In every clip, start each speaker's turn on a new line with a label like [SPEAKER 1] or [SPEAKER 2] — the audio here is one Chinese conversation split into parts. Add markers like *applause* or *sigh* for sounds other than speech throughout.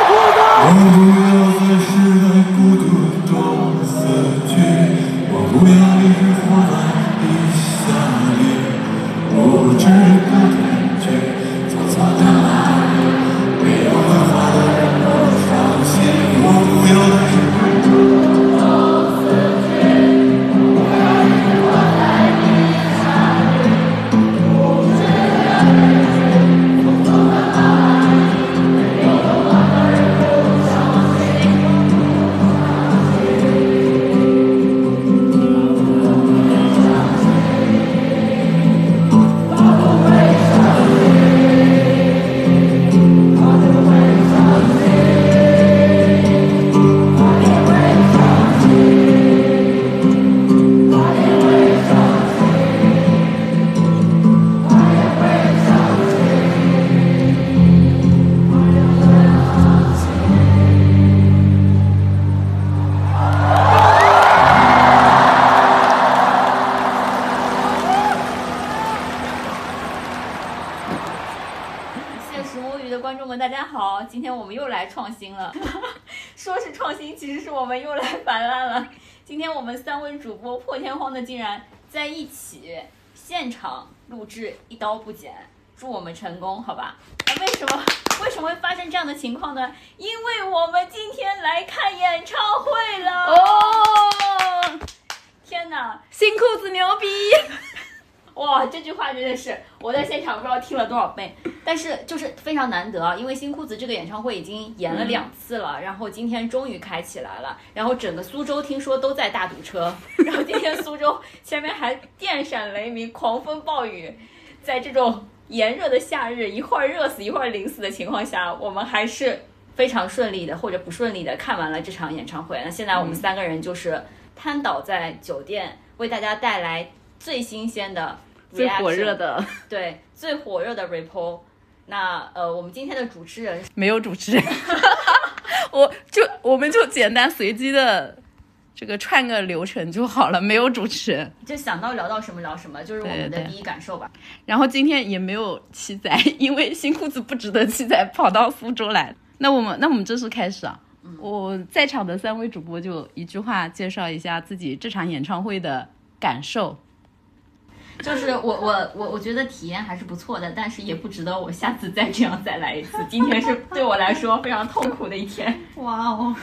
[SPEAKER 1] 我不要在时代孤独中死去，我不要一直活在地下里，我只不感觉走错的哪里，没有文化的人不伤心，我不要在时代孤独中死去，我不要一直活在地下里，我只感觉走错的哪里，没有文化的人不伤心。
[SPEAKER 2] 谢谢食物语的观众们，大家好！今天我们又来创新了， *laughs* 说是创新，其实是我们又来反烂了。今天我们三位主播破天荒的竟然在一起现场录制，一刀不剪，祝我们成功，好吧？啊为什么为什么会发生这样的情况呢？因为我们今天来看演唱会了！
[SPEAKER 3] 哦，
[SPEAKER 2] 天哪，
[SPEAKER 3] 新裤子牛
[SPEAKER 2] *laughs*
[SPEAKER 3] 逼！
[SPEAKER 2] 哇，这句话真的是我在现场不知道听了多少遍，但是就是非常难得啊，因为新裤子这个演唱会已经延了两次了，然后今天终于开起来了，然后整个苏州听说都在大堵车，然后今天苏州前面还电闪雷鸣、狂风暴雨，在这种炎热的夏日，一会儿热死一会儿淋死的情况下，我们还是非常顺利的或者不顺利的看完了这场演唱会。那现在我们
[SPEAKER 3] 嗯
[SPEAKER 2] 三个人就是瘫倒在酒店，为大家带来最新鲜的、
[SPEAKER 3] 最火热，的
[SPEAKER 2] 对最火热的 report。那呃，我们今天的主持人
[SPEAKER 3] 没有主持人， *laughs* 我就我们就简单随机的这个串个流程就好了，没有主持人。
[SPEAKER 2] 就想到聊到什么聊什么，就是我们的
[SPEAKER 3] 对对
[SPEAKER 2] 第一感受吧。
[SPEAKER 3] 然后今天也没有七仔，因为新裤子不值得七仔跑到苏州来。那我们那我们正式开始啊。我在场的三位主播就一句话介绍一下自己这场演唱会的感受。
[SPEAKER 2] 就是我我我我觉得体验还是不错的，但是也不值得我下次再这样再来一次。今天是对我来说非常痛苦的一天。
[SPEAKER 4] 哇哦！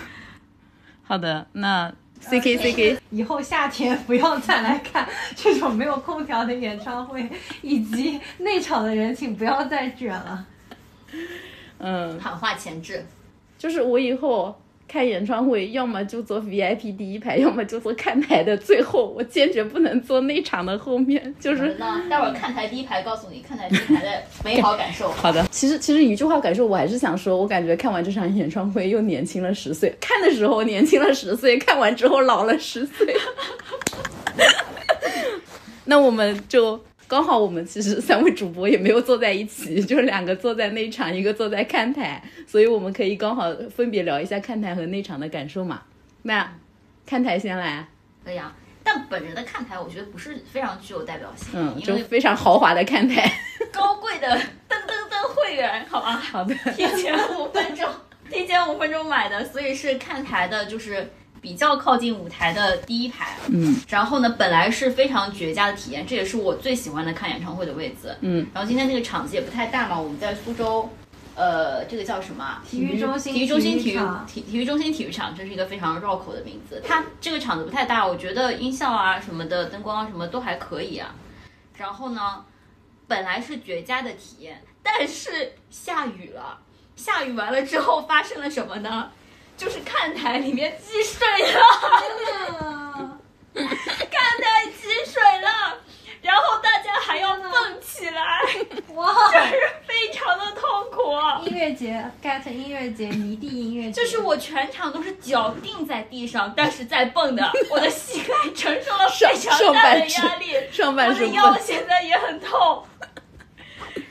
[SPEAKER 3] 好的，那 C K C K
[SPEAKER 4] 以后夏天不要再来看这种没有空调的演唱会， *laughs* 以及内场的人，请不要再卷了。
[SPEAKER 3] 嗯，
[SPEAKER 2] 喊话前
[SPEAKER 3] *laughs*
[SPEAKER 2] 置，
[SPEAKER 3] 就是我以后看演唱会，要么就坐 VIP 第一排，要么就坐看台的最后，我坚决不能坐内场的后面。就是
[SPEAKER 2] 嗯那待会儿看台第一排告诉你看台第一排的美好感
[SPEAKER 3] *laughs*
[SPEAKER 2] 受。
[SPEAKER 3] 好的，其实其实一句话感受，我还是想说，我感觉看完这场演唱会又年轻了十岁，看的时候年轻了十岁，看完之后老了十岁。 *laughs* 那我们就刚好，我们其实三位主播也没有坐在一起， *laughs* 就两个坐在内场，一个坐在看台，所以我们可以刚好分别聊一下看台和内场的感受嘛。那看台先来，
[SPEAKER 2] 可以啊，但本人的看台我觉得不是非常具有代表性，
[SPEAKER 3] 嗯，
[SPEAKER 2] 因
[SPEAKER 3] 就
[SPEAKER 2] 为
[SPEAKER 3] 非常豪华的看台。 *laughs*
[SPEAKER 2] 高贵的噔噔噔会员，好吧，
[SPEAKER 3] 好的，
[SPEAKER 2] 提前五分
[SPEAKER 3] *laughs*
[SPEAKER 2] 钟，提前五分钟买的，所以是看台的，就是比较靠近舞台的第一排。
[SPEAKER 3] 嗯
[SPEAKER 2] 然后呢，本来是非常绝佳的体验，这也是我最喜欢的看演唱会的位置。
[SPEAKER 3] 嗯，
[SPEAKER 2] 然后今天那个场子也不太大嘛，我们在苏州，呃，这个叫什么啊？
[SPEAKER 4] 体育中心，
[SPEAKER 2] 体育中心体
[SPEAKER 4] 体
[SPEAKER 2] 育
[SPEAKER 4] 场
[SPEAKER 2] 体体育中心体育场，这是一个非常绕口的名字。它这个场子不太大，我觉得音效啊什么的，灯光啊什么都还可以啊。然后呢，本来是绝佳的体验，但是下雨了。下雨完了之后发生了什么呢？就是看台里面积水了。 *laughs*
[SPEAKER 4] 啊
[SPEAKER 2] 看台积水了，然后大家还要蹦起来， *laughs*
[SPEAKER 4] 哇！
[SPEAKER 2] 非常的痛苦。
[SPEAKER 4] 音乐节，get 音乐节，迷弟音乐节，
[SPEAKER 2] 就是我全场都是脚定在地上，但是在蹦的，我的膝盖承受了非常大的压力，
[SPEAKER 3] 上
[SPEAKER 2] 我
[SPEAKER 3] 半
[SPEAKER 2] 的
[SPEAKER 3] 身
[SPEAKER 2] 腰
[SPEAKER 3] 笨，
[SPEAKER 2] 现在也很痛。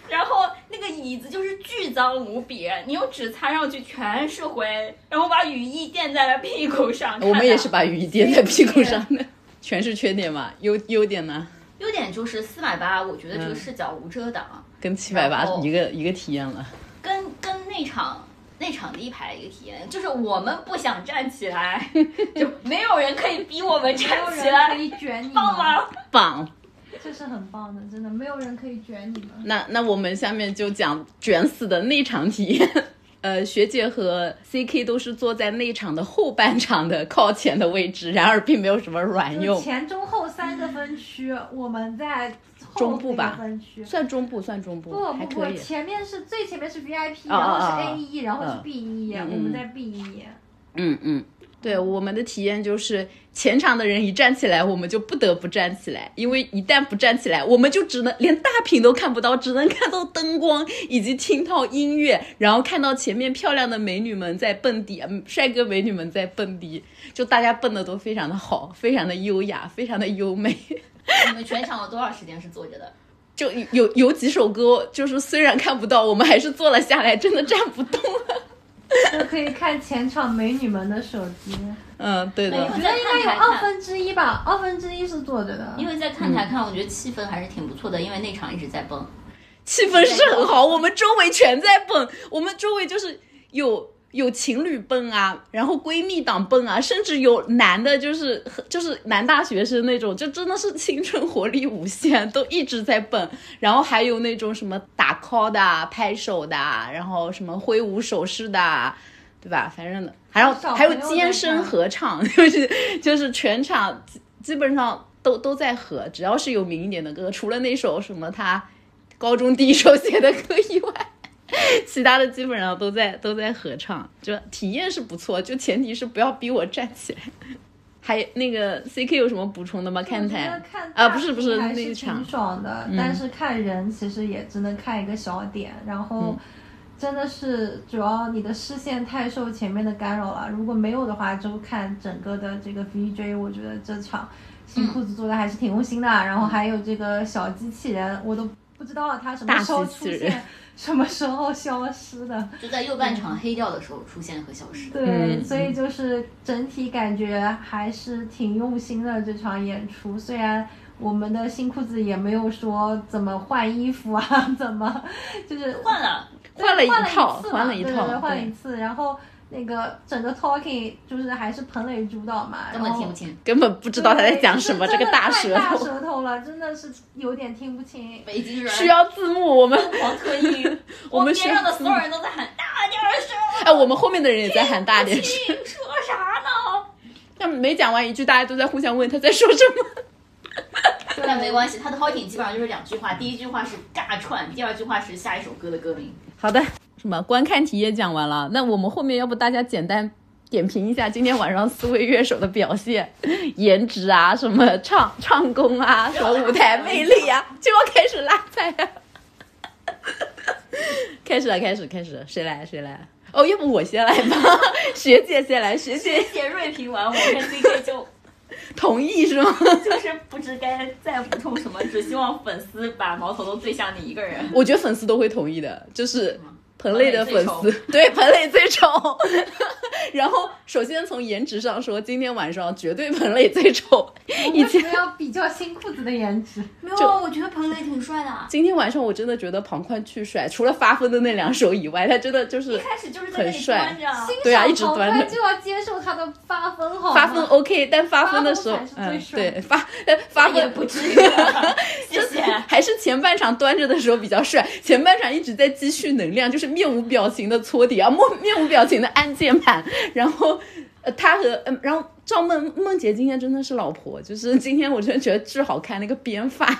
[SPEAKER 2] 然后那个椅子就是巨脏无比，你用纸擦上去全是灰，然后把雨衣垫在了屁股上。
[SPEAKER 3] *laughs* 我们也是
[SPEAKER 2] 吧。
[SPEAKER 3] 把雨衣垫在屁股上的， *laughs* 全是缺点嘛，优优点呢？
[SPEAKER 2] 优点就是四百八，我觉得这个
[SPEAKER 3] 嗯
[SPEAKER 2] 视角无遮挡。
[SPEAKER 3] 跟七百八
[SPEAKER 2] 然后
[SPEAKER 3] 一个一个体验了。
[SPEAKER 2] 跟跟那场那场第一排的一个体验，就是我们不想站起来， *laughs* 就没有人可以逼我们
[SPEAKER 4] 没有
[SPEAKER 2] 站起
[SPEAKER 4] 人
[SPEAKER 2] 来
[SPEAKER 4] 可，以卷你
[SPEAKER 2] 棒
[SPEAKER 4] 们，
[SPEAKER 2] 吗？
[SPEAKER 3] 棒。
[SPEAKER 4] 这是很棒的，真的没有人可以卷你们。
[SPEAKER 3] 那那我们下面就讲卷死的内场体验。 *laughs* 呃，学姐和 CK 都是坐在内场的后半场的靠前的位置，然而并没有什么卵
[SPEAKER 4] 就是
[SPEAKER 3] 用，
[SPEAKER 4] 前中后三个分区，我们在后
[SPEAKER 3] 中部吧
[SPEAKER 4] 那个分区。
[SPEAKER 3] 算中部，算中部，
[SPEAKER 4] 不
[SPEAKER 3] 还
[SPEAKER 4] 不
[SPEAKER 3] 可
[SPEAKER 4] 不，
[SPEAKER 3] 以。
[SPEAKER 4] 前面是最前面是
[SPEAKER 3] 哦
[SPEAKER 4] VIP，然后
[SPEAKER 3] 哦
[SPEAKER 4] 是
[SPEAKER 3] 哦
[SPEAKER 4] A E，然后是
[SPEAKER 3] 嗯
[SPEAKER 4] B E，
[SPEAKER 3] 嗯
[SPEAKER 4] 我们在 B E。
[SPEAKER 3] 嗯嗯，对，我们的体验就是前场的人一站起来，我们就不得不站起来，因为一旦不站起来，我们就只能连大屏都看不到，只能看到灯光以及听到音乐，然后看到前面漂亮的美女们在蹦迪，嗯帅哥美女们在蹦迪，就大家蹦的都非常的好，非常的优雅，非常的优美。 *laughs*
[SPEAKER 2] 你们全场有多少时间是坐着的？
[SPEAKER 3] 就有有几首歌，就是虽然看不到，我们还是坐了下来，真的站不动。
[SPEAKER 4] 就可以看前场美女们的手机。
[SPEAKER 3] 嗯， *laughs* 对
[SPEAKER 2] 没有
[SPEAKER 4] 我
[SPEAKER 3] 的，
[SPEAKER 4] 觉得应该有二分之一吧，二分之一是坐着的。
[SPEAKER 2] 因为在
[SPEAKER 3] 嗯
[SPEAKER 2] 看台看，我觉得气氛还是挺不错的，因为那场一直在蹦。
[SPEAKER 3] 气氛是很好，我们周围全在蹦，我们周围就是有有情侣蹦啊，然后闺蜜党蹦啊，甚至有男的，就是就是男大学生那种，就真的是青春活力无限，都一直在蹦。然后还有那种什么打 call 的啊、拍手的啊，然后什么挥舞手势的啊，对吧？反正的，还有
[SPEAKER 4] 小朋友
[SPEAKER 3] 还有尖声合唱，就是就是全场基基本上都都在合，只要是有名一点的歌，除了那首什么他高中第一首写的歌以外。其他的基本上都在都在合唱，就体验是不错，就前提是不要逼我站起来。 *laughs* 还那个 C K 有什么补充的吗？看
[SPEAKER 4] 我觉得
[SPEAKER 3] 台
[SPEAKER 4] 看
[SPEAKER 3] 啊，不是不是
[SPEAKER 4] 大屏还
[SPEAKER 3] 那一
[SPEAKER 4] 是
[SPEAKER 3] 场嗯
[SPEAKER 4] 挺，爽的，但是看人其实也只能看一个小点，然
[SPEAKER 3] 嗯
[SPEAKER 4] 后真的是主要你的视线太受前面的干扰了，如果没有的话，就看整个的这个 VJ，我觉得这场
[SPEAKER 3] 嗯
[SPEAKER 4] 新裤子做的还是挺用心的，啊然后还有这个小机器人，我都不知道它什么时候
[SPEAKER 3] 大机器
[SPEAKER 4] 出
[SPEAKER 3] 人
[SPEAKER 4] 现，什么时候消失的。
[SPEAKER 2] 就在右半场黑掉的时候出现和消失。
[SPEAKER 4] 对，
[SPEAKER 3] 嗯
[SPEAKER 4] 所以就是整体感觉还是挺用心的这场演出，虽然。我们的新裤子也没有说怎么换衣服啊， *laughs* 怎么就是
[SPEAKER 2] 换了，
[SPEAKER 4] 对
[SPEAKER 3] 换了一套
[SPEAKER 4] 次嘛
[SPEAKER 3] 换了一
[SPEAKER 4] 对
[SPEAKER 3] 套
[SPEAKER 4] 对对换了
[SPEAKER 3] 对
[SPEAKER 4] 一次。然后那个整个 talking 就是还是彭磊主导嘛，
[SPEAKER 2] 根本
[SPEAKER 4] 然后
[SPEAKER 2] 听不清，
[SPEAKER 3] 根本不知道他在讲什么，
[SPEAKER 4] 对
[SPEAKER 3] 这个
[SPEAKER 4] 真的
[SPEAKER 3] 大
[SPEAKER 4] 太
[SPEAKER 3] 舌
[SPEAKER 4] 大
[SPEAKER 3] 头
[SPEAKER 4] 舌头了，真的是有点听
[SPEAKER 3] *laughs*
[SPEAKER 4] 不清。
[SPEAKER 2] 北京人
[SPEAKER 3] 需要字幕。我们
[SPEAKER 2] 狂吞 *laughs* 音。
[SPEAKER 3] 我们需
[SPEAKER 2] 边
[SPEAKER 3] 要
[SPEAKER 2] 上的所有人都在喊大点声，
[SPEAKER 3] 哎，我们后面的人也在喊大点
[SPEAKER 4] *laughs*
[SPEAKER 3] 声，
[SPEAKER 2] 听说啥呢？
[SPEAKER 3] 但没讲完一句，大家都在互相问他在说什么。
[SPEAKER 2] 但没关系，他的 talking 基本上就是两句话，第一句话是尬串，第二句话是下一首歌的歌名。
[SPEAKER 3] 好的，什么观看题也讲完了，那我们后面要不大家简单点评一下今天晚上四位乐手的表现， *laughs* 颜值啊，什么唱唱功啊，什么舞台魅力啊，就要开始拉踩啊！ *laughs* 开始了，开始，开始了，谁来谁来？哦，要不我先来吧， *laughs* 学姐先来，学姐
[SPEAKER 2] 谢谢瑞评完，我跟 CK 就
[SPEAKER 3] 同意是吗？
[SPEAKER 2] *laughs* 就是不知该再补充什么，只希望粉丝把矛头都对向你一个人。
[SPEAKER 3] 我觉得粉丝都会同意的，就是彭磊的粉
[SPEAKER 2] 彭
[SPEAKER 3] 丝
[SPEAKER 2] 磊最，
[SPEAKER 3] 对彭磊最丑。 *laughs* 然后首先从颜值上说，今天晚上绝对彭磊最丑。以
[SPEAKER 4] 为什
[SPEAKER 3] 前
[SPEAKER 4] 么要比较新裤子的颜值？
[SPEAKER 2] 没有啊，我觉得彭磊挺帅的啊。
[SPEAKER 3] 今天晚上我真的觉得庞宽巨帅，除了发疯的那两首以外，他真的就是
[SPEAKER 2] 一开始就是在那
[SPEAKER 3] 很
[SPEAKER 2] 里
[SPEAKER 3] 帅
[SPEAKER 2] 端着啊，
[SPEAKER 3] 对啊一直端着
[SPEAKER 4] 欣赏好看就要接受他的发疯，好吗
[SPEAKER 3] 发疯 OK，但发疯的时候
[SPEAKER 4] 发疯，才是最
[SPEAKER 3] 嗯，对
[SPEAKER 4] 帅
[SPEAKER 3] 发呃发
[SPEAKER 2] 也
[SPEAKER 3] 疯
[SPEAKER 2] 不至于啊。谢谢。
[SPEAKER 3] *laughs* 还是前半场端着的时候比较帅，前半场一直在积蓄能量，就是面无表情的搓底啊，面 *laughs* 面无表情的按键盘，然后。呃，他和嗯，然后赵梦梦姐今天真的是老婆，就是今天我真的觉得巨好看，那个编发，
[SPEAKER 2] *laughs*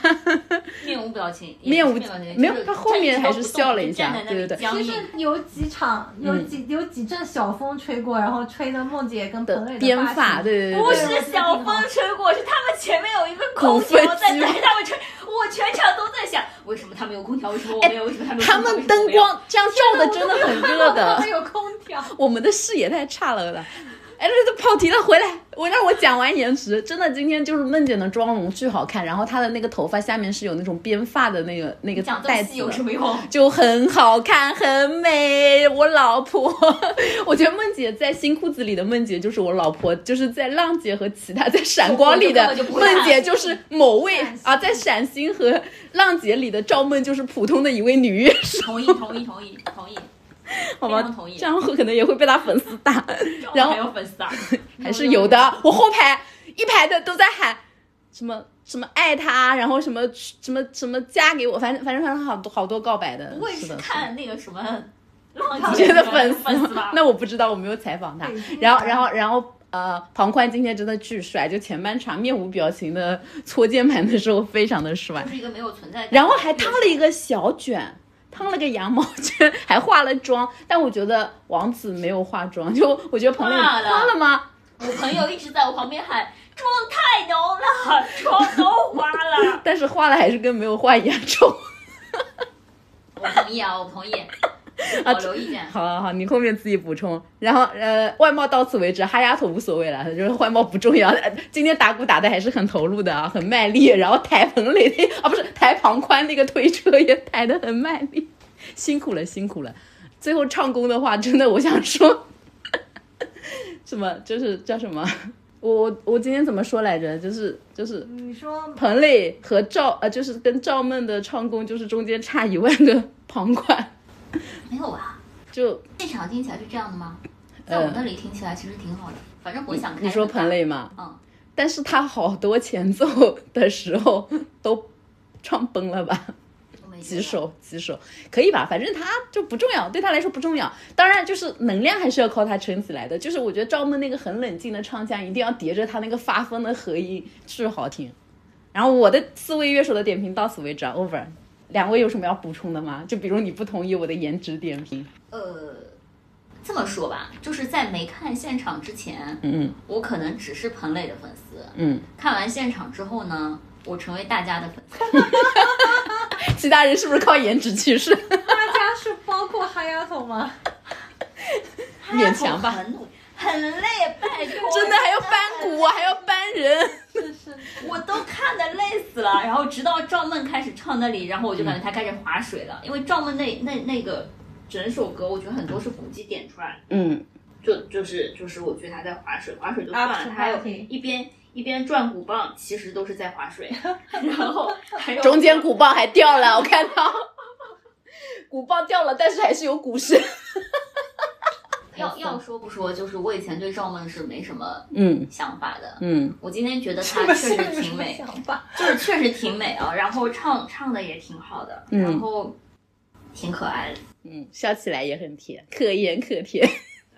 [SPEAKER 2] 面无表情，
[SPEAKER 3] 面
[SPEAKER 2] 也
[SPEAKER 3] 无
[SPEAKER 2] 不是表情
[SPEAKER 3] 没有
[SPEAKER 2] 就是
[SPEAKER 3] 他后面还是笑了一下
[SPEAKER 2] 站着都不动
[SPEAKER 3] 对对
[SPEAKER 2] 就
[SPEAKER 3] 对
[SPEAKER 2] 站在那
[SPEAKER 4] 其
[SPEAKER 2] 里
[SPEAKER 4] 实
[SPEAKER 2] 僵硬
[SPEAKER 4] 有几场，有
[SPEAKER 3] 嗯
[SPEAKER 4] 几、有几阵小风吹过，然后吹的梦姐跟彭
[SPEAKER 3] 的
[SPEAKER 4] 磊
[SPEAKER 3] 编
[SPEAKER 4] 发
[SPEAKER 3] 发，
[SPEAKER 4] 型，
[SPEAKER 3] 对对
[SPEAKER 2] 不
[SPEAKER 3] 对
[SPEAKER 4] 我觉得
[SPEAKER 2] 是
[SPEAKER 4] 挺
[SPEAKER 2] 小
[SPEAKER 4] 好
[SPEAKER 2] 风吹过，是他们前面有一个
[SPEAKER 3] 鼓
[SPEAKER 2] 空
[SPEAKER 3] 风
[SPEAKER 2] 调在
[SPEAKER 3] 机
[SPEAKER 2] 在他们吹，我全场都在想，为什么他们有空调，为什么我没有，为什么他们有
[SPEAKER 3] 哎他
[SPEAKER 2] 空调
[SPEAKER 3] 们灯，光这样照的真的很热的，
[SPEAKER 4] 还有空调，
[SPEAKER 3] 我们的视野太差了了。哎，这这跑题了，回来，我让我讲完颜值，真的，今天就是梦姐的妆容巨好看，然后她的那个头发下面是有那种编发的那个那个
[SPEAKER 2] 为什么没有讲这
[SPEAKER 3] 带
[SPEAKER 2] 么
[SPEAKER 3] 子
[SPEAKER 2] 细有什
[SPEAKER 3] 的，
[SPEAKER 2] 么
[SPEAKER 3] *laughs*
[SPEAKER 2] 用？
[SPEAKER 3] 就很好看，很美。我老婆， *laughs* 我觉得梦姐在新裤子里的梦姐就是我老婆，就是在浪姐和其他在闪光里的
[SPEAKER 2] 我就根本就不会
[SPEAKER 3] 梦姐就是某位
[SPEAKER 4] 闪星
[SPEAKER 3] 啊，在
[SPEAKER 2] *laughs*
[SPEAKER 3] 闪星和浪姐里的赵梦就是普通的一位女乐手。
[SPEAKER 2] 同意同意同意同意，
[SPEAKER 3] 好
[SPEAKER 2] 非
[SPEAKER 3] 吧
[SPEAKER 2] 常同意，
[SPEAKER 3] 这样会可能也会被他粉丝打，然后
[SPEAKER 2] 还有粉丝啊，
[SPEAKER 3] 还是有的。我后排一排的都在喊什么什么爱他，啊然后什么什么什么嫁给我，反正反正反正好多好多告白的。
[SPEAKER 2] 不会
[SPEAKER 3] 是
[SPEAKER 2] 是
[SPEAKER 3] 的，
[SPEAKER 2] 看那个什么浪
[SPEAKER 4] 浪
[SPEAKER 2] 姐
[SPEAKER 3] 觉得
[SPEAKER 2] 粉
[SPEAKER 3] 粉
[SPEAKER 2] 丝吧？
[SPEAKER 3] *laughs* 那我不知道，我没有采访他
[SPEAKER 4] 北京。
[SPEAKER 3] 然后
[SPEAKER 4] 的
[SPEAKER 3] 然后然后呃，庞宽今天真的巨帅，就前半场面无表情的搓键盘的时候非常的帅
[SPEAKER 2] 就，是一个没有存在感的乐手，
[SPEAKER 3] 然后还烫了一个小卷。烫了个羊毛卷，还化了妆，但我觉得王子没有化妆，就我觉得朋友
[SPEAKER 2] 化了
[SPEAKER 3] 化了吗？
[SPEAKER 2] 我朋友一直在我旁边喊妆太浓了，妆都花了。
[SPEAKER 3] *laughs* 但是化了还是跟没有化一样丑。
[SPEAKER 2] 我同意啊，我同意，保留意见。
[SPEAKER 3] 好好好，你后面自己补充。然后呃，外貌到此为止，哈丫头无所谓了， *laughs* 就是外貌不重要。呃今天打鼓打的还是很投入的啊，很卖力。然后抬彭磊那啊，不是抬庞宽那个推车也抬得很卖力，辛苦了辛苦了。最后唱功的话，真的我想说， *laughs* 什么就是叫什么？我我我今天怎么说来着？就是就是
[SPEAKER 4] 你说
[SPEAKER 3] 彭磊和赵呃，就是跟赵梦的唱功，就是中间差一万个旁观，哎
[SPEAKER 2] 没有啊，
[SPEAKER 3] 就
[SPEAKER 2] 现场听起来是这样的吗？在我那里听起来其实挺好的，反正我想开。
[SPEAKER 3] 你说彭？磊嘛，
[SPEAKER 2] 嗯，
[SPEAKER 3] 但是他好多前奏的时候 *laughs* 都唱崩了吧？
[SPEAKER 2] 我没觉得
[SPEAKER 3] 几。首几首可以吧？反正他就不重要，对他来说不重要。当然，就是能量还是要靠他撑起来的。就是我觉得赵梦那个很冷静的唱腔，一定要叠着他那个发疯的和音，是好听。然后我的四位乐手的点评到此为止啊，over。两位有什么要补充的吗？就比如你不同意我的颜值点评，
[SPEAKER 2] 呃，这么说吧，就是在没看现场之前，
[SPEAKER 3] 嗯
[SPEAKER 2] 我可能只是彭磊的粉丝。
[SPEAKER 3] 嗯，
[SPEAKER 2] 看完现场之后呢，我成为大家的粉丝。
[SPEAKER 3] 其他人是不是靠颜值去世？
[SPEAKER 4] 大家是包括哈丫头吗？ *laughs*
[SPEAKER 3] 勉
[SPEAKER 2] *laughs*
[SPEAKER 3] 强吧
[SPEAKER 2] 很努，很累，拜托。
[SPEAKER 3] *laughs* 真的还要搬鼓，啊还要搬人，
[SPEAKER 4] 是是，
[SPEAKER 2] 我都看得累死了，然后直到赵梦开始唱那里，然后我就感觉他开始划水了，因为赵梦那那那个整首歌，我觉得很多是古迹点出来的，
[SPEAKER 3] 嗯，
[SPEAKER 2] 就就是就是我觉得他在划水，划水就
[SPEAKER 3] 啊
[SPEAKER 2] 算
[SPEAKER 4] After
[SPEAKER 2] 了，他还有
[SPEAKER 4] party
[SPEAKER 2] 一边一边转鼓棒，其实都是在划水，然后还有
[SPEAKER 3] *laughs* 中间鼓棒还掉了，我看到， *laughs* 鼓棒掉了，但是还是有鼓声，
[SPEAKER 2] 要要说不说，就是我以前对赵梦是没什么
[SPEAKER 3] 嗯
[SPEAKER 2] 想法的，
[SPEAKER 3] 嗯
[SPEAKER 2] 我今天觉得她
[SPEAKER 4] *laughs* 是不
[SPEAKER 2] 确
[SPEAKER 4] 是
[SPEAKER 2] 实
[SPEAKER 3] *laughs*
[SPEAKER 4] 有什
[SPEAKER 2] 挺
[SPEAKER 4] 么
[SPEAKER 2] 美，
[SPEAKER 4] 想法？
[SPEAKER 2] 就是确实挺美啊，然后唱唱的也挺好的，
[SPEAKER 3] 嗯
[SPEAKER 2] 然后挺可爱的。
[SPEAKER 3] 嗯，笑起来也很甜，可盐可甜。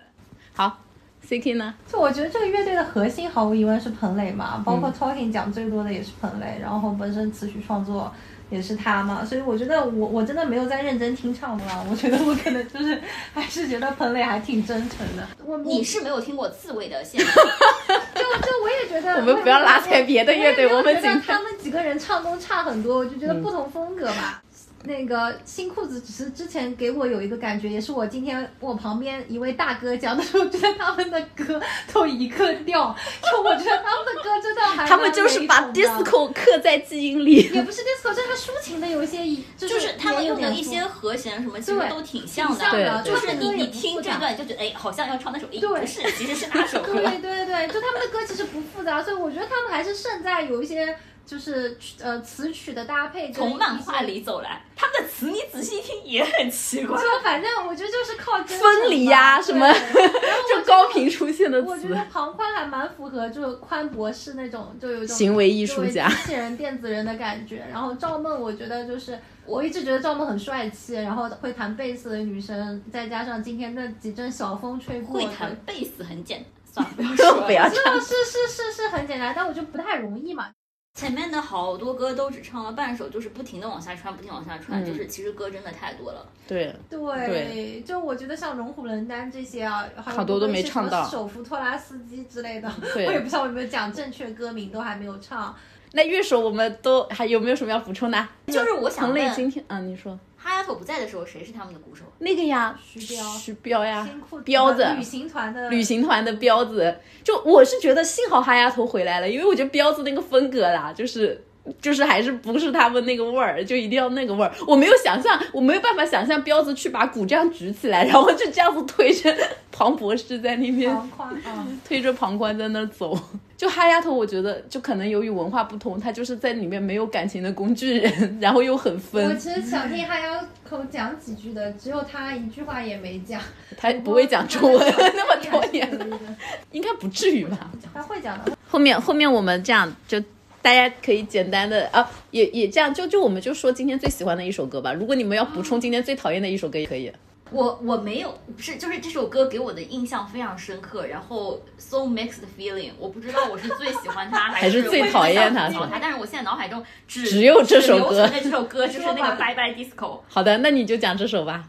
[SPEAKER 3] *laughs* 好，C K 呢？
[SPEAKER 4] 就我觉得这个乐队的核心毫无疑问是彭磊嘛，
[SPEAKER 3] 嗯
[SPEAKER 4] 包括 Talking 讲最多的也是彭磊，然后本身词曲创作也是他嘛，所以我觉得我我真的没有在认真听唱过啊，我觉得我可能就是还是觉得彭磊还挺真诚的，我
[SPEAKER 2] 你是没有听过刺猬的现 *laughs* 场，
[SPEAKER 4] 就就我也觉得
[SPEAKER 3] 我们不要拉踩别的乐队，我
[SPEAKER 4] 我也
[SPEAKER 3] 们嗯
[SPEAKER 4] 没有
[SPEAKER 3] 仅
[SPEAKER 4] 觉得他们几个人唱功差很多，我就觉得不同风格吧。那个新裤子只是之前给我有一个感觉，也是我今天我旁边一位大哥讲的时候，觉 *laughs* 得他们的歌都一个调，就我觉得他们的歌真的还
[SPEAKER 3] 他们就是把
[SPEAKER 4] 蛮雷同的
[SPEAKER 3] disco 刻在基因里。
[SPEAKER 4] 也不是 disco，就是他抒情的有一些就
[SPEAKER 2] 就是是他们
[SPEAKER 4] 也有
[SPEAKER 2] 用的
[SPEAKER 4] 点
[SPEAKER 2] 一些和弦什么，其实
[SPEAKER 4] 对
[SPEAKER 2] 都挺像
[SPEAKER 4] 挺像
[SPEAKER 2] 的。
[SPEAKER 3] 的对
[SPEAKER 2] 就是
[SPEAKER 4] 对
[SPEAKER 2] 你
[SPEAKER 4] 对
[SPEAKER 2] 你听这段就觉得，哎，好像要唱那首，哎，不是，其实是那 *laughs* 首歌。
[SPEAKER 4] 对对对，就他们的歌其实不复杂，所以我觉得他们还是胜在有一些就是呃词曲的搭配，跟
[SPEAKER 2] 从漫画
[SPEAKER 4] 一些
[SPEAKER 2] 里走来，他们的词你仔细听也很奇怪。
[SPEAKER 4] 就反正我觉得就是靠真诚吧
[SPEAKER 3] 分离呀、什么，
[SPEAKER 4] 对
[SPEAKER 3] 就高频出现 *laughs* 的
[SPEAKER 4] 我觉
[SPEAKER 3] 词
[SPEAKER 4] 得，庞宽还蛮符合就是宽博士那种就有一种
[SPEAKER 3] 行为艺
[SPEAKER 4] 艺
[SPEAKER 3] 术家
[SPEAKER 4] 机。器人电子人的感觉。然后赵梦，我觉得就是我一直觉得赵梦很帅气，然后会弹贝斯的女生，再加上今天那几阵小风吹过，
[SPEAKER 2] *laughs* 会弹贝斯很简单，算了， *laughs* 不要说
[SPEAKER 3] *laughs* 不
[SPEAKER 2] 了。
[SPEAKER 3] 要
[SPEAKER 4] 知道是是是是很简单，但我觉得不太容易嘛。
[SPEAKER 2] 前面的好多歌都只唱了半首，就是不停的往下穿，不停地往下穿，
[SPEAKER 3] 嗯
[SPEAKER 2] 就是其实歌真的太多了。
[SPEAKER 3] 对，
[SPEAKER 4] 对，
[SPEAKER 3] 对
[SPEAKER 4] 就我觉得像龙虎人丹这些啊，
[SPEAKER 3] 好多都没唱到
[SPEAKER 4] 手扶托拉斯基之类的，
[SPEAKER 3] 对
[SPEAKER 4] 我也不知道有没有讲正确歌名，都还没有唱。
[SPEAKER 3] 那乐手我们都还有没有什么要补充的？
[SPEAKER 2] 就是我想
[SPEAKER 3] 彭磊今
[SPEAKER 2] 问，
[SPEAKER 3] 天啊，你说
[SPEAKER 2] 哈丫头不在的时候，谁是他们的鼓手？
[SPEAKER 3] 那个呀，
[SPEAKER 4] 徐彪
[SPEAKER 3] 徐彪呀
[SPEAKER 4] 新裤，子
[SPEAKER 3] 彪子。
[SPEAKER 4] 旅行团的
[SPEAKER 3] 啊旅行团的彪子，就我是觉得幸好哈丫头回来了，因为我觉得彪子那个风格啦，就是就是还是不是他们那个味儿，就一定要那个味儿。我没有想象，我没有办法想象彪子去把鼓这样举起来，然后就这样子推着庞博士在那边
[SPEAKER 4] 狂夸啊，
[SPEAKER 3] 推着庞宽在那儿走，就哈丫头，我觉得就可能由于文化不同，她就是在里面没有感情的工具人，然后又很
[SPEAKER 5] 我
[SPEAKER 3] 分，
[SPEAKER 5] 其实想听哈腰口讲几句的，只有他一句话也没讲。
[SPEAKER 3] 她不会讲中文那么多年了，
[SPEAKER 5] 了。
[SPEAKER 4] *laughs*
[SPEAKER 3] 应该不至于吧？
[SPEAKER 4] 他会讲的。
[SPEAKER 3] 后面后面我们这样就。大家可以简单的啊，也也这样，就就我们就说今天最喜欢的一首歌吧。如果你们要补充今天最讨厌的一首歌也可以。
[SPEAKER 2] 我我没有是就是这首歌给我的印象非常深刻，然后 so mixed feeling，我不知道我是最喜欢
[SPEAKER 3] *laughs*
[SPEAKER 2] 它还
[SPEAKER 3] 是
[SPEAKER 2] 是
[SPEAKER 3] 最讨厌它
[SPEAKER 2] 我最讨厌它，但是我现在脑海中只
[SPEAKER 3] 只有这首歌
[SPEAKER 2] 只留存的这首歌就是那
[SPEAKER 4] 说
[SPEAKER 2] 个
[SPEAKER 4] 吧
[SPEAKER 2] Bye Bye Disco，
[SPEAKER 3] 好的，那你就讲这首吧。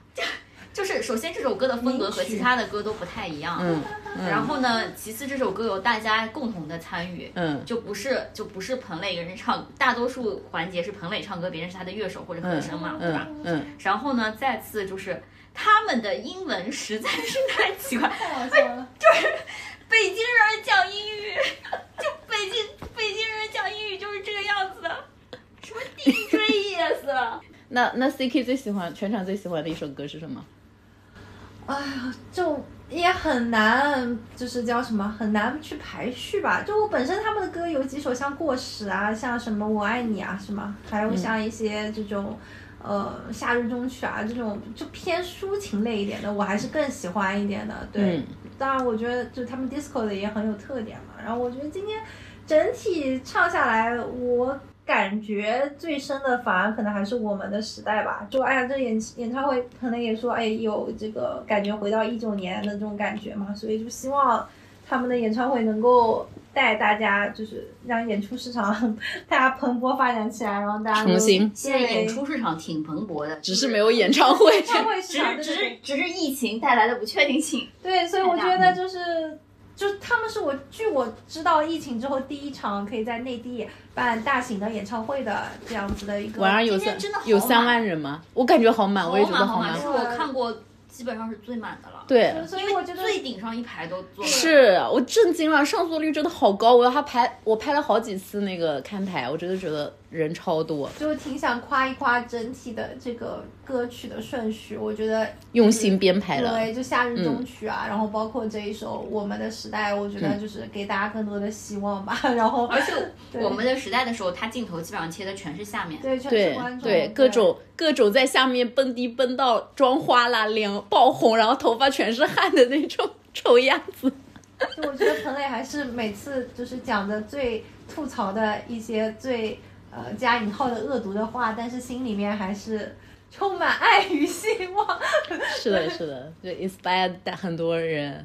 [SPEAKER 2] 就是首先这首歌的风格和其他的歌都不太一样，
[SPEAKER 3] 嗯
[SPEAKER 2] 然后呢，其次这首歌有大家共同的参与，
[SPEAKER 3] 嗯
[SPEAKER 2] 就不是就不是彭磊一个人唱，大多数环节是彭磊唱歌，别人是他的乐手或者和声嘛，对吧？
[SPEAKER 3] 嗯嗯，
[SPEAKER 2] 然后呢，再次就是他们的英文实在是太奇怪，
[SPEAKER 4] 哎
[SPEAKER 5] 太好笑了。
[SPEAKER 2] 北京人讲英语， *laughs* 就北京北京人讲英语就是这个样子的，什么 DJ yes，
[SPEAKER 3] 那那 C K 最喜欢全场最喜欢的一首歌是什么？
[SPEAKER 4] 哎呀，就也很难，就是叫什么，很难去排序吧。就我本身他们的歌有几首像《过时》啊，像什么《我爱你》啊，是吗？还
[SPEAKER 3] 嗯
[SPEAKER 4] 有像一些这种。呃，夏日中曲啊，这种就偏抒情类一点的，我还是更喜欢一点的。对，
[SPEAKER 3] 嗯
[SPEAKER 4] 当然我觉得就他们 disco 的也很有特点嘛。然后我觉得今天整体唱下来，我感觉最深的反而可能还是我们的时代吧。就哎呀，这演演唱会可能也说哎有这个感觉回到一九年的这种感觉嘛，所以就希望他们的演唱会能够。带大家就是让演出市场 *laughs* 大家蓬勃发展起来，然后大家都
[SPEAKER 3] 重新
[SPEAKER 2] 现在演
[SPEAKER 4] 对
[SPEAKER 2] 出市场挺蓬勃的，
[SPEAKER 3] 只是没有演唱会。
[SPEAKER 2] *laughs*
[SPEAKER 4] 演唱会市
[SPEAKER 2] 只
[SPEAKER 4] 场
[SPEAKER 2] 是
[SPEAKER 4] 对
[SPEAKER 2] 只
[SPEAKER 4] 对对
[SPEAKER 2] 是只是疫情带来的不确定性。
[SPEAKER 4] 对，所以我
[SPEAKER 2] 太
[SPEAKER 4] 觉
[SPEAKER 2] 大
[SPEAKER 4] 得就是，就他们是我据我知道疫情之后第一场可以在内地办大型的演唱会的这样子的一个。
[SPEAKER 3] 晚上有
[SPEAKER 2] 今
[SPEAKER 3] 三
[SPEAKER 2] 天真的好
[SPEAKER 3] 有
[SPEAKER 2] 满
[SPEAKER 3] 三万人吗？我感觉好满，我也觉得
[SPEAKER 2] 好
[SPEAKER 3] 满
[SPEAKER 2] 是。我看过基本上是最满的了。，
[SPEAKER 3] 对，
[SPEAKER 4] 所
[SPEAKER 2] 因
[SPEAKER 4] 以
[SPEAKER 2] 为
[SPEAKER 4] 我觉得
[SPEAKER 2] 最顶上一排都坐了。
[SPEAKER 3] 是我震惊了，上座率真的好高，我还拍我拍了好几次那个看台，我真的觉得人超多，
[SPEAKER 4] 就挺想夸一夸整体的这个歌曲的顺序，我觉得呃
[SPEAKER 3] 用嗯心编排了。
[SPEAKER 4] 对，就夏日中曲啊，然后包括这一首《我们的时代》，我觉
[SPEAKER 3] 嗯
[SPEAKER 4] 得就是给大家更多的希望吧。 *laughs* 然后而且
[SPEAKER 2] 我们的时代的时候，它镜头基本上切的全是下面。
[SPEAKER 4] 对全是
[SPEAKER 3] 对
[SPEAKER 4] 观众
[SPEAKER 3] 对，各种各种在下面蹦迪蹦到妆花啦、脸爆红，然后头发全是汗的那种丑样子。
[SPEAKER 4] 就我觉得彭磊还是每次就是讲的最吐槽的一些最呃加引号的恶毒的话，但是心里面还是充满爱与希望。
[SPEAKER 3] 是的，是的，就 inspire 很多人。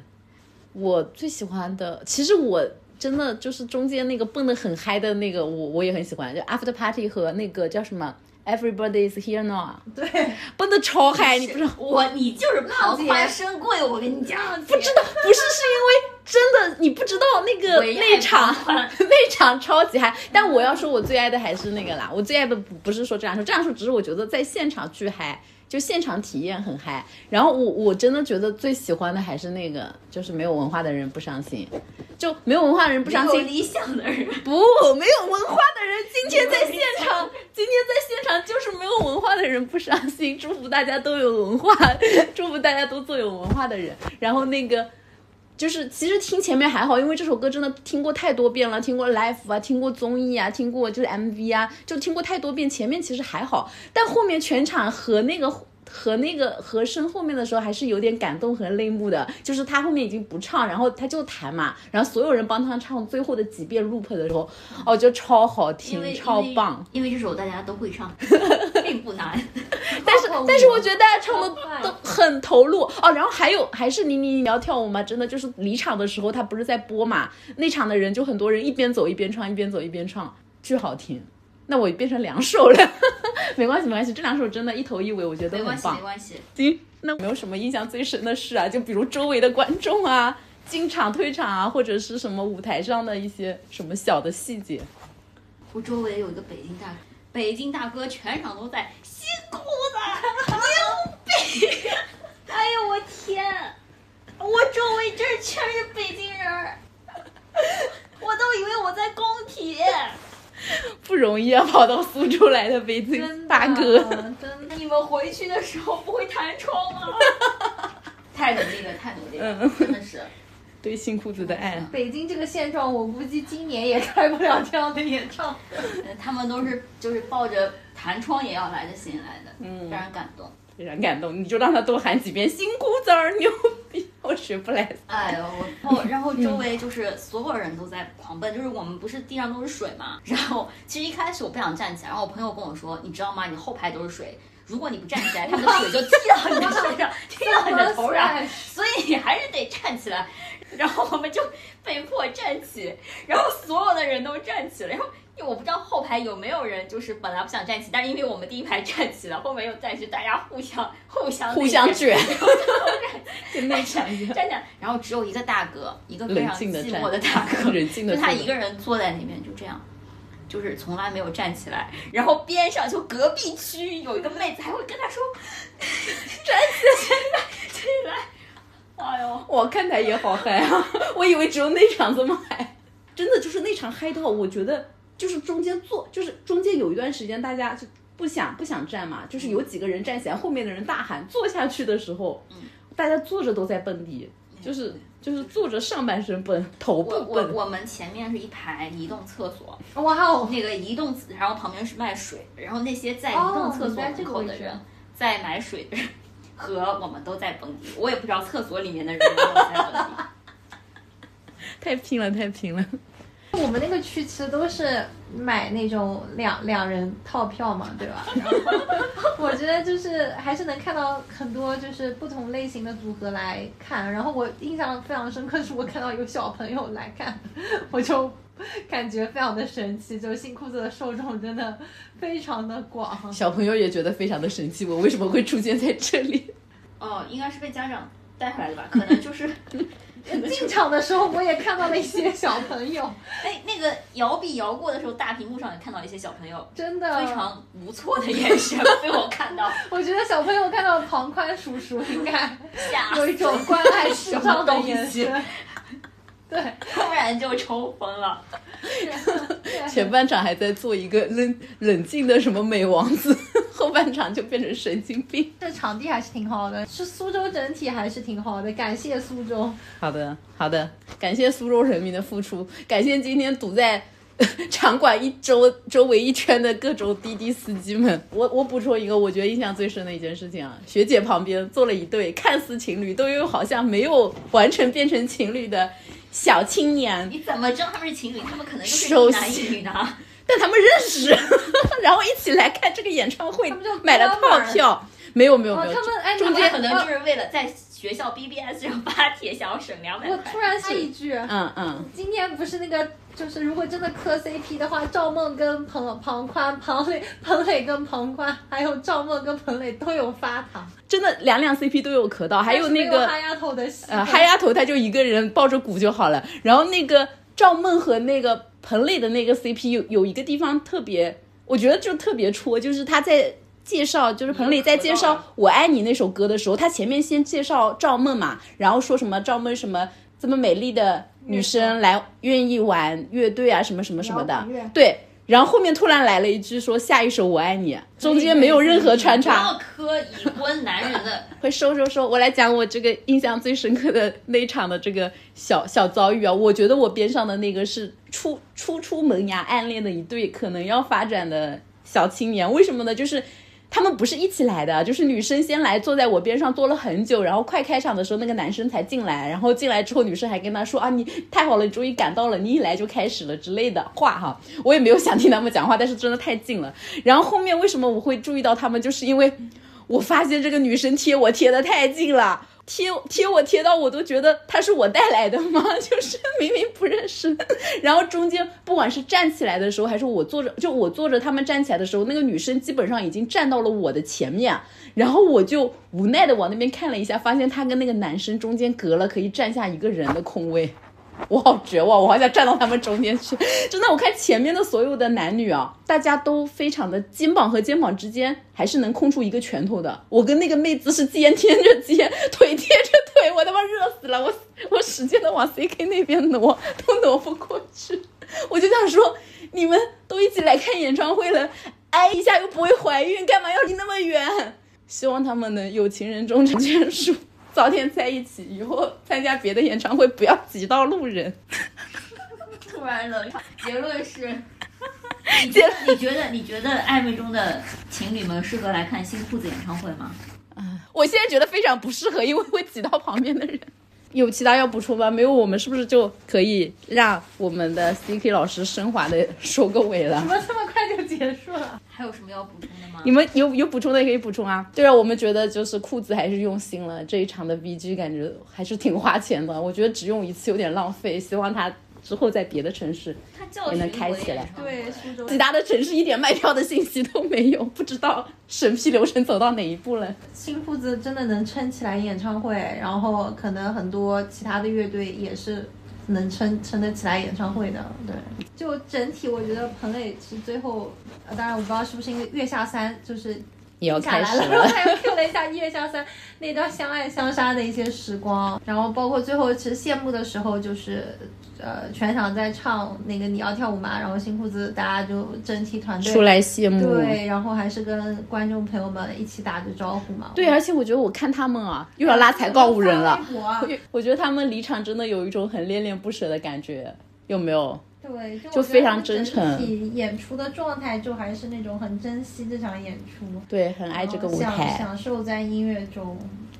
[SPEAKER 3] 我最喜欢的，其实我真的就是中间那个蹦得很嗨的那个，我我也很喜欢，就 after party 和那个叫什么 everybody is here now，啊
[SPEAKER 2] *laughs*
[SPEAKER 4] 对，
[SPEAKER 3] 蹦得超嗨，你不 *laughs* 知道。
[SPEAKER 2] 我，你就是旁观身贵，我跟你讲，不知道
[SPEAKER 3] 不是，是因为真的你不知道那个
[SPEAKER 2] 唯爱
[SPEAKER 3] 那场 *laughs*
[SPEAKER 2] 狂欢
[SPEAKER 3] 那场超级嗨。但我要说，我最爱的还是那个啦。我最爱的不不是说这两首，这两首只是我觉得在现场巨嗨，就现场体验很嗨。然后我我真的觉得最喜欢的还是那个，就是没有文化的人不伤心，就没有文化的人不伤
[SPEAKER 2] 没有
[SPEAKER 3] 心。
[SPEAKER 2] 理想的人，
[SPEAKER 3] 不，没有文化的人今天在现场，今天在现场就是没有文化的人不伤心。祝福大家都有文化， *laughs* 祝福大家都做有文化的人。然后那个。就是其实听前面还好，因为这首歌真的听过太多遍了，听过 l i f e 啊，听过综艺啊，听过就是 MV 啊，就听过太多遍。前面其实还好，但后面全场和那个和那个和声后面的时候还是有点感动和泪目的。就是他后面已经不唱，然后他就弹嘛，然后所有人帮他唱最后的几遍 loop 的时候，哦，就超好
[SPEAKER 2] 因为
[SPEAKER 3] 听，超棒。，
[SPEAKER 2] 因为因为这首大家都会
[SPEAKER 3] *laughs*
[SPEAKER 2] 唱，并不难。
[SPEAKER 3] 但是
[SPEAKER 4] 好好
[SPEAKER 3] 但是
[SPEAKER 4] 舞
[SPEAKER 3] 我觉得大家唱的
[SPEAKER 4] 好快
[SPEAKER 3] 都很投入哦。然后还有还是倪妮你要跳舞吗？真的就是离场的时候，她不是在播嘛？那场的人就很多人一边走一边唱，一边走一边唱，巨好听。那我变成两首了， *laughs* 没关系没关系，这两首真的一头一尾，我觉得
[SPEAKER 2] 没
[SPEAKER 3] 都
[SPEAKER 2] 关
[SPEAKER 3] 很
[SPEAKER 2] 系，
[SPEAKER 3] 棒
[SPEAKER 2] 没。关系。
[SPEAKER 3] 行，那有没有什么印象最深的事啊？就比如周围的观众啊。进场、退场啊，或者是什么舞台上的一些什么小的细节，
[SPEAKER 2] 我周围有一个北京大哥，北京大哥全场都在辛苦了，牛逼！哎呦我天，我周围真是全是北京人儿，我都以为我在工体。
[SPEAKER 3] 不容易啊！跑到苏州来的北京
[SPEAKER 4] 真
[SPEAKER 3] 大哥，
[SPEAKER 4] 的真的
[SPEAKER 2] 你们回去的嗯
[SPEAKER 3] *laughs*
[SPEAKER 2] 时候不会弹窗吗？太努力了，太努力了，真的是。
[SPEAKER 3] 对新裤子的爱。
[SPEAKER 4] *laughs* 北京这个现状，我估计今年也开不了这样的演唱会。
[SPEAKER 2] 他们都是就是抱着弹窗也要来的心来的，嗯，让人感动。
[SPEAKER 3] 非常感动，你就让他多喊几遍“新裤子儿牛逼”，我学不来。
[SPEAKER 2] 哎呦，我然后然后周围就是所有人都在狂奔，就是我们不是地上都是水嘛， *laughs* 然后其实一开始我不想站起来，然后我朋友跟我说，你知道吗？你后排都是水，如果你不站起来，他们的水就踢到你的身
[SPEAKER 3] *laughs*
[SPEAKER 2] 上，踢到你的头
[SPEAKER 3] 啊
[SPEAKER 2] 上，所以你还是得站起来。然后我们就被迫站起， *laughs* 然后所有的人都站起了，然后。因为我不知道后排有没有人，就是本来不想站起，但是因为我们第一排站起了，后面又站起，大家互相互相
[SPEAKER 3] 互相
[SPEAKER 2] *laughs* 那个
[SPEAKER 3] 卷，跟内场一 *laughs* 样。
[SPEAKER 2] 站起来，然后只有一个大哥，一个非常
[SPEAKER 3] 冷静地
[SPEAKER 2] 寂
[SPEAKER 3] 站
[SPEAKER 2] 寞的大哥，
[SPEAKER 3] *laughs* 冷静地
[SPEAKER 2] 就他
[SPEAKER 3] 坐着
[SPEAKER 2] 一个人坐在那边，就这样，就是从来没有站起来。然后边上就隔壁区有一个妹子还会跟他说：“站起来，起来！”哎呦，
[SPEAKER 3] 哇，看台也好嗨啊！ *laughs* 我以为只有内场这么嗨，真的就是内场嗨到我觉得，就是中间坐，就是中间有一段时间大家就不想不想站嘛，就是有几个人站起来，后面的人大喊坐下去的时候，
[SPEAKER 2] 嗯
[SPEAKER 3] 大家坐着都在蹦迪，就是就是坐着上半身蹦，头
[SPEAKER 2] 我
[SPEAKER 3] 部
[SPEAKER 2] 我
[SPEAKER 3] 蹦，
[SPEAKER 2] 我们前面是一排移动厕所，
[SPEAKER 4] 哇哦，
[SPEAKER 2] 那个移动，然后旁边是卖水，然后那些在移
[SPEAKER 4] 哦
[SPEAKER 2] 动厕
[SPEAKER 4] 你
[SPEAKER 2] 所
[SPEAKER 4] 在
[SPEAKER 2] 门
[SPEAKER 4] 这个
[SPEAKER 2] 口
[SPEAKER 4] 位
[SPEAKER 2] 的
[SPEAKER 4] 置
[SPEAKER 2] 人，在买水的人和我们都在蹦迪，我也不知道厕所里面的人有没有在蹦迪。
[SPEAKER 3] 太拼了，太拼了。 *laughs*
[SPEAKER 4] 我们那个区其实都是买那种两两人套票嘛，
[SPEAKER 2] *laughs*
[SPEAKER 4] 对吧？然后我觉得就是还是能看到很多就是不同类型的组合来看。然后我印象非常深刻，是我看到有小朋友来看，我就感觉非常的神奇，就是新裤子的受众真的非常的
[SPEAKER 2] *laughs*
[SPEAKER 4] 广。
[SPEAKER 3] 小朋友也觉得非常的神奇，我为什么会出现在这里？
[SPEAKER 2] 哦，应该是被家长带回来的吧？可能
[SPEAKER 4] *laughs*
[SPEAKER 2] 就是
[SPEAKER 4] 进场的时候我也看到了一些小朋友， *laughs*
[SPEAKER 2] 哎，那个摇臂摇过的时候，大屏幕上也看到一些小朋友
[SPEAKER 4] 真的
[SPEAKER 2] 非常无措的眼神被我看到，
[SPEAKER 4] 我觉得小朋友看到庞宽叔叔应该
[SPEAKER 2] 吓
[SPEAKER 4] 有
[SPEAKER 2] 死，*laughs*
[SPEAKER 4] 一种关爱视障的眼神。对，
[SPEAKER 2] 突然就抽风了。
[SPEAKER 3] 啊前半场还在做一个冷冷静的什么美王子， *laughs* 后半场就变成神经病。
[SPEAKER 4] *laughs* 这场地还是挺好的，是苏州整体还是挺好的，感谢苏州。
[SPEAKER 3] 好的，好的，感谢苏州人民的付出，感谢今天堵在 *laughs* 场馆一周周围一圈的各种滴滴司机们。我我补充一个，我觉得印象最深的一件事情啊，学姐旁边坐了一对看似情侣，都又好像没有完全变成情侣的小青年，
[SPEAKER 2] 你怎么知道他们是情侣？他们可能就是
[SPEAKER 3] 首
[SPEAKER 2] 一男一
[SPEAKER 3] 先
[SPEAKER 2] 女呢。
[SPEAKER 3] 但他们认识， *laughs* 然后一起来看这个演唱会
[SPEAKER 4] 他们就，
[SPEAKER 3] 买了
[SPEAKER 4] 哥
[SPEAKER 3] 套
[SPEAKER 4] 们儿
[SPEAKER 3] 票。没有没有
[SPEAKER 4] 哦
[SPEAKER 3] 没有，
[SPEAKER 4] 他们哎
[SPEAKER 3] 中
[SPEAKER 4] 你们
[SPEAKER 3] 间
[SPEAKER 2] 可能就是为了在学校 BBS 上发帖，想要省两百
[SPEAKER 4] 我
[SPEAKER 2] 块
[SPEAKER 4] 突。然插一句，
[SPEAKER 3] *laughs* 嗯嗯，
[SPEAKER 4] 今天不是那个，就是如果真的磕 CP 的话，赵梦跟彭庞宽、庞磊、彭磊跟庞宽，还有赵梦跟彭磊都有发糖，
[SPEAKER 3] 真的两两 CP 都有磕到，还有
[SPEAKER 4] 但是没
[SPEAKER 3] 那个
[SPEAKER 4] 哈丫头的戏
[SPEAKER 3] 呃，嗨丫头她就一个人抱着鼓就好了。然后那个赵梦和那个彭磊的那个 CP 有有一个地方特别，我觉得就特别戳，就是他在介绍，就是彭磊在介
[SPEAKER 2] 你
[SPEAKER 3] 绍
[SPEAKER 2] 有
[SPEAKER 3] 《我爱你》那首歌的时候，他前面先介绍赵梦嘛，然后说什么赵梦什么这么美丽的女生来愿意玩乐队啊，什么什么什么
[SPEAKER 5] 摇
[SPEAKER 3] 的
[SPEAKER 5] 滚乐，
[SPEAKER 3] 对。然后后面突然来了一句说下一首我爱你，中间没有任何穿
[SPEAKER 2] 不
[SPEAKER 3] 插
[SPEAKER 2] 要。磕已婚男人的，
[SPEAKER 3] 会收收收。我来讲我这个印象最深刻的那一场的这个小小遭遇啊，我觉得我边上的那个是初初出萌芽暗恋的一对可能要发展的小青年，为什么呢？就是。他们不是一起来的，就是女生先来坐在我边上坐了很久，然后快开场的时候那个男生才进来，然后进来之后女生还跟他说啊你太好了，你终于赶到了，你一来就开始了之类的话哈，我也没有想听他们讲话，但是真的太近了。然后后面为什么我会注意到他们，就是因为我发现这个女生贴我贴的太近了，贴贴我贴到我都觉得她是我带来的吗？ *laughs* 就是明明不认识，然后中间不管是站起来的时候，还是我坐着，就我坐着他们站起来的时候，那个女生基本上已经站到了我的前面，然后我就无奈的往那边看了一下，发现她跟那个男生中间隔了可以站下一个人的空位。我好绝望，我好想站到他们中间去。 *laughs* 真的，我看前面的所有的男女啊，大家都非常的肩膀和肩膀之间还是能空出一个拳头的。我跟那个妹子是肩贴着肩，腿贴着腿，我他妈热死了！我我使劲的往 CK 那边挪，都挪不过去。 *laughs* 我就想说，你们都一起来看演唱会了，挨一下又不会怀孕，干嘛要离那么远？希望他们能有情人终成眷属。 *laughs* 早点在一起，以后参加别的演唱会不要挤到路人。
[SPEAKER 2] 突然冷场，结论是。
[SPEAKER 3] *laughs*
[SPEAKER 2] 你觉得你觉得你觉得暧昧中的情侣们适合来看新裤子演唱会吗？
[SPEAKER 3] 我现在觉得非常不适合，因为会挤到旁边的人。 *laughs* 有其他要补充吗？没有，我们是不是就可以让我们的 CK 老师升华的收个尾了 *laughs*
[SPEAKER 4] 怎？么这么快就结束了？
[SPEAKER 2] 还有什么要补充的吗
[SPEAKER 3] 你？们有有补充的也可以补充啊。对啊，我们觉得就是裤子还是用心了，这一场的 VG 感觉还是挺花钱的，我觉得只用一次有点浪费，希望他之后在别的城市。
[SPEAKER 2] 他叫
[SPEAKER 3] 也能
[SPEAKER 2] 徐
[SPEAKER 3] 开
[SPEAKER 2] 文
[SPEAKER 3] 起
[SPEAKER 2] 演
[SPEAKER 3] 来
[SPEAKER 2] 唱会
[SPEAKER 4] 对，苏州
[SPEAKER 3] 其他的城市一点卖票的信息都没有，不知道审批流程走到哪一步了。
[SPEAKER 4] 新裤子真的能撑起来演唱会，然后可能很多其他的乐队也是能撑撑得起来演唱会的。对，就整体我觉得彭磊是最后，呃当然我不知道是不是因为月下三就是
[SPEAKER 3] 也要
[SPEAKER 4] 下
[SPEAKER 3] 开
[SPEAKER 4] 来
[SPEAKER 3] 始
[SPEAKER 4] 了，然后
[SPEAKER 3] 了，
[SPEAKER 4] 还 Q 了一下月下三那段相爱相杀的一些时光，然后包括最后其实谢幕的时候就是。呃，全场在唱那个你要跳舞吗？然后新裤子大家就整体团
[SPEAKER 3] *laughs*
[SPEAKER 4] 队
[SPEAKER 3] 出来谢幕。
[SPEAKER 4] 对，然后还是跟观众朋友们一起打着招呼嘛。
[SPEAKER 3] 对，而且我觉得我看他们啊，又要拉踩告五人了
[SPEAKER 5] 发微。博啊
[SPEAKER 3] 我觉我觉得他们离场真的有一种很恋恋不舍的感觉，有没有？
[SPEAKER 5] 对，就
[SPEAKER 3] 就
[SPEAKER 5] 我觉得
[SPEAKER 3] 非常
[SPEAKER 5] 他们
[SPEAKER 3] 真
[SPEAKER 5] 整
[SPEAKER 3] 诚
[SPEAKER 5] 体
[SPEAKER 4] 演出的状态就还是那种很珍惜这场演出，
[SPEAKER 3] 对，很爱这个舞
[SPEAKER 4] 然后享
[SPEAKER 3] 台。
[SPEAKER 4] 享受在音乐中。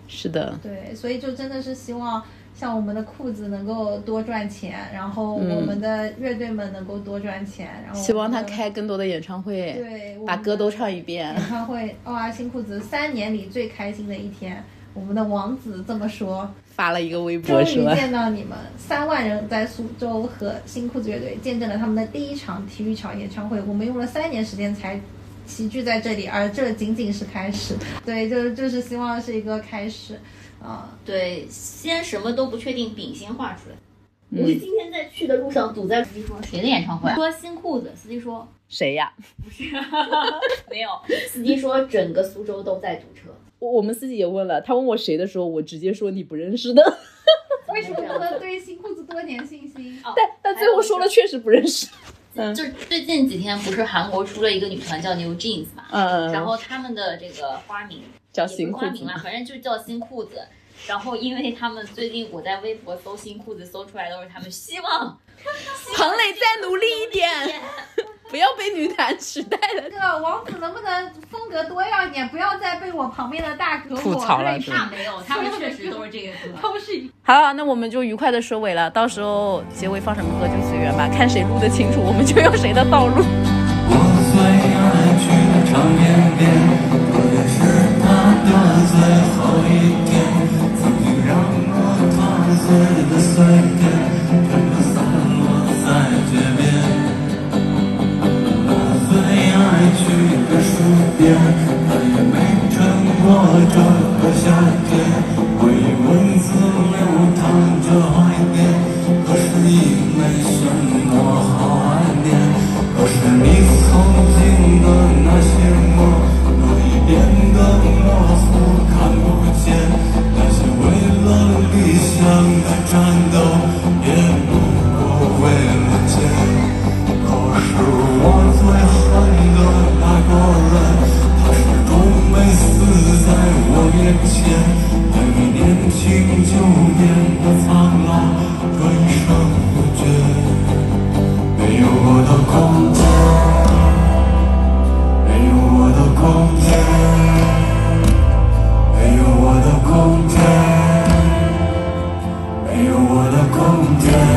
[SPEAKER 3] 是的，
[SPEAKER 4] 哦对，所以就真的是希望像我们的裤子能够多赚钱，然后我们的乐队们能够多赚钱，然后
[SPEAKER 3] 希望
[SPEAKER 4] 我
[SPEAKER 3] 他
[SPEAKER 4] 们的
[SPEAKER 3] 开更多的演唱会，
[SPEAKER 4] 对
[SPEAKER 3] 把歌都。唱一
[SPEAKER 4] 我
[SPEAKER 3] 遍
[SPEAKER 4] *laughs* 们的。演唱会《OR 新裤子》三年里最开心的一天，我们的王子这么说。
[SPEAKER 3] 发了一个微博
[SPEAKER 4] 终于
[SPEAKER 3] 说，
[SPEAKER 4] 见到你们，三万人在苏州和新裤子乐队见证了他们的第一场体育场演唱会。我们用了三年时间才齐聚在这里，而这仅仅是开始。对，就就是希望是一个开始。啊、
[SPEAKER 2] 对，先什么都不确定，饼先画出来。
[SPEAKER 3] 嗯
[SPEAKER 2] 我今天在去的路上堵在司机说谁的演唱会、啊？说新裤子，司机说 *laughs*
[SPEAKER 3] 谁呀？
[SPEAKER 2] 没有，司机说整个苏州都在堵车。
[SPEAKER 3] 我我们自己也问了，他问我谁的时候，我直接说你不认识的， *laughs*
[SPEAKER 5] 为什么不能对新裤子多点信心？
[SPEAKER 2] 哦
[SPEAKER 3] 但但最后说
[SPEAKER 4] 哎
[SPEAKER 3] 了确实不认识。嗯
[SPEAKER 2] 就是最近几天不是韩国出了一个女团叫 New Jeans 嘛，
[SPEAKER 3] 嗯，
[SPEAKER 2] 然后他们的这个花名
[SPEAKER 3] 叫
[SPEAKER 2] 也
[SPEAKER 3] 新
[SPEAKER 2] 不是
[SPEAKER 3] 裤
[SPEAKER 2] 花
[SPEAKER 3] 子
[SPEAKER 2] 名
[SPEAKER 3] *laughs*
[SPEAKER 2] 啦，反正就是叫新裤子。然后因为他们最近我在微博搜新裤子，搜出来都是他们希望
[SPEAKER 3] 彭磊
[SPEAKER 2] *laughs*
[SPEAKER 3] 再努力一点，不要被女团取代了。
[SPEAKER 5] 这个王子能不能风格多样一点，不要再被我旁边的大哥
[SPEAKER 3] 吐槽了
[SPEAKER 5] 我
[SPEAKER 3] 是吧
[SPEAKER 2] 那没有，他们确实都是这个歌。
[SPEAKER 5] 都是一
[SPEAKER 3] 好了，那我们就愉快的收尾了，到时候结尾放什么歌就随缘吧，看谁录的清楚，我们就用谁的道路。
[SPEAKER 1] 我随而去唱遍遍，我也是他的最后一天，曾经让我陶醉的碎片，全都散落在街边。我随而去的树边，再也没撑过这个夏天。我以文字流淌着怀念，可是因为什么好怀念？可是你曾经的那些梦，都已变得模糊，看不见。那些为了理想的战斗，也不过为了钱。可是我最恨的那个人，他始终没死在我面前。因为年轻就变得苍老，这一生我觉没有我的空间，没有我的空间，没有我的空间，没有我的空间。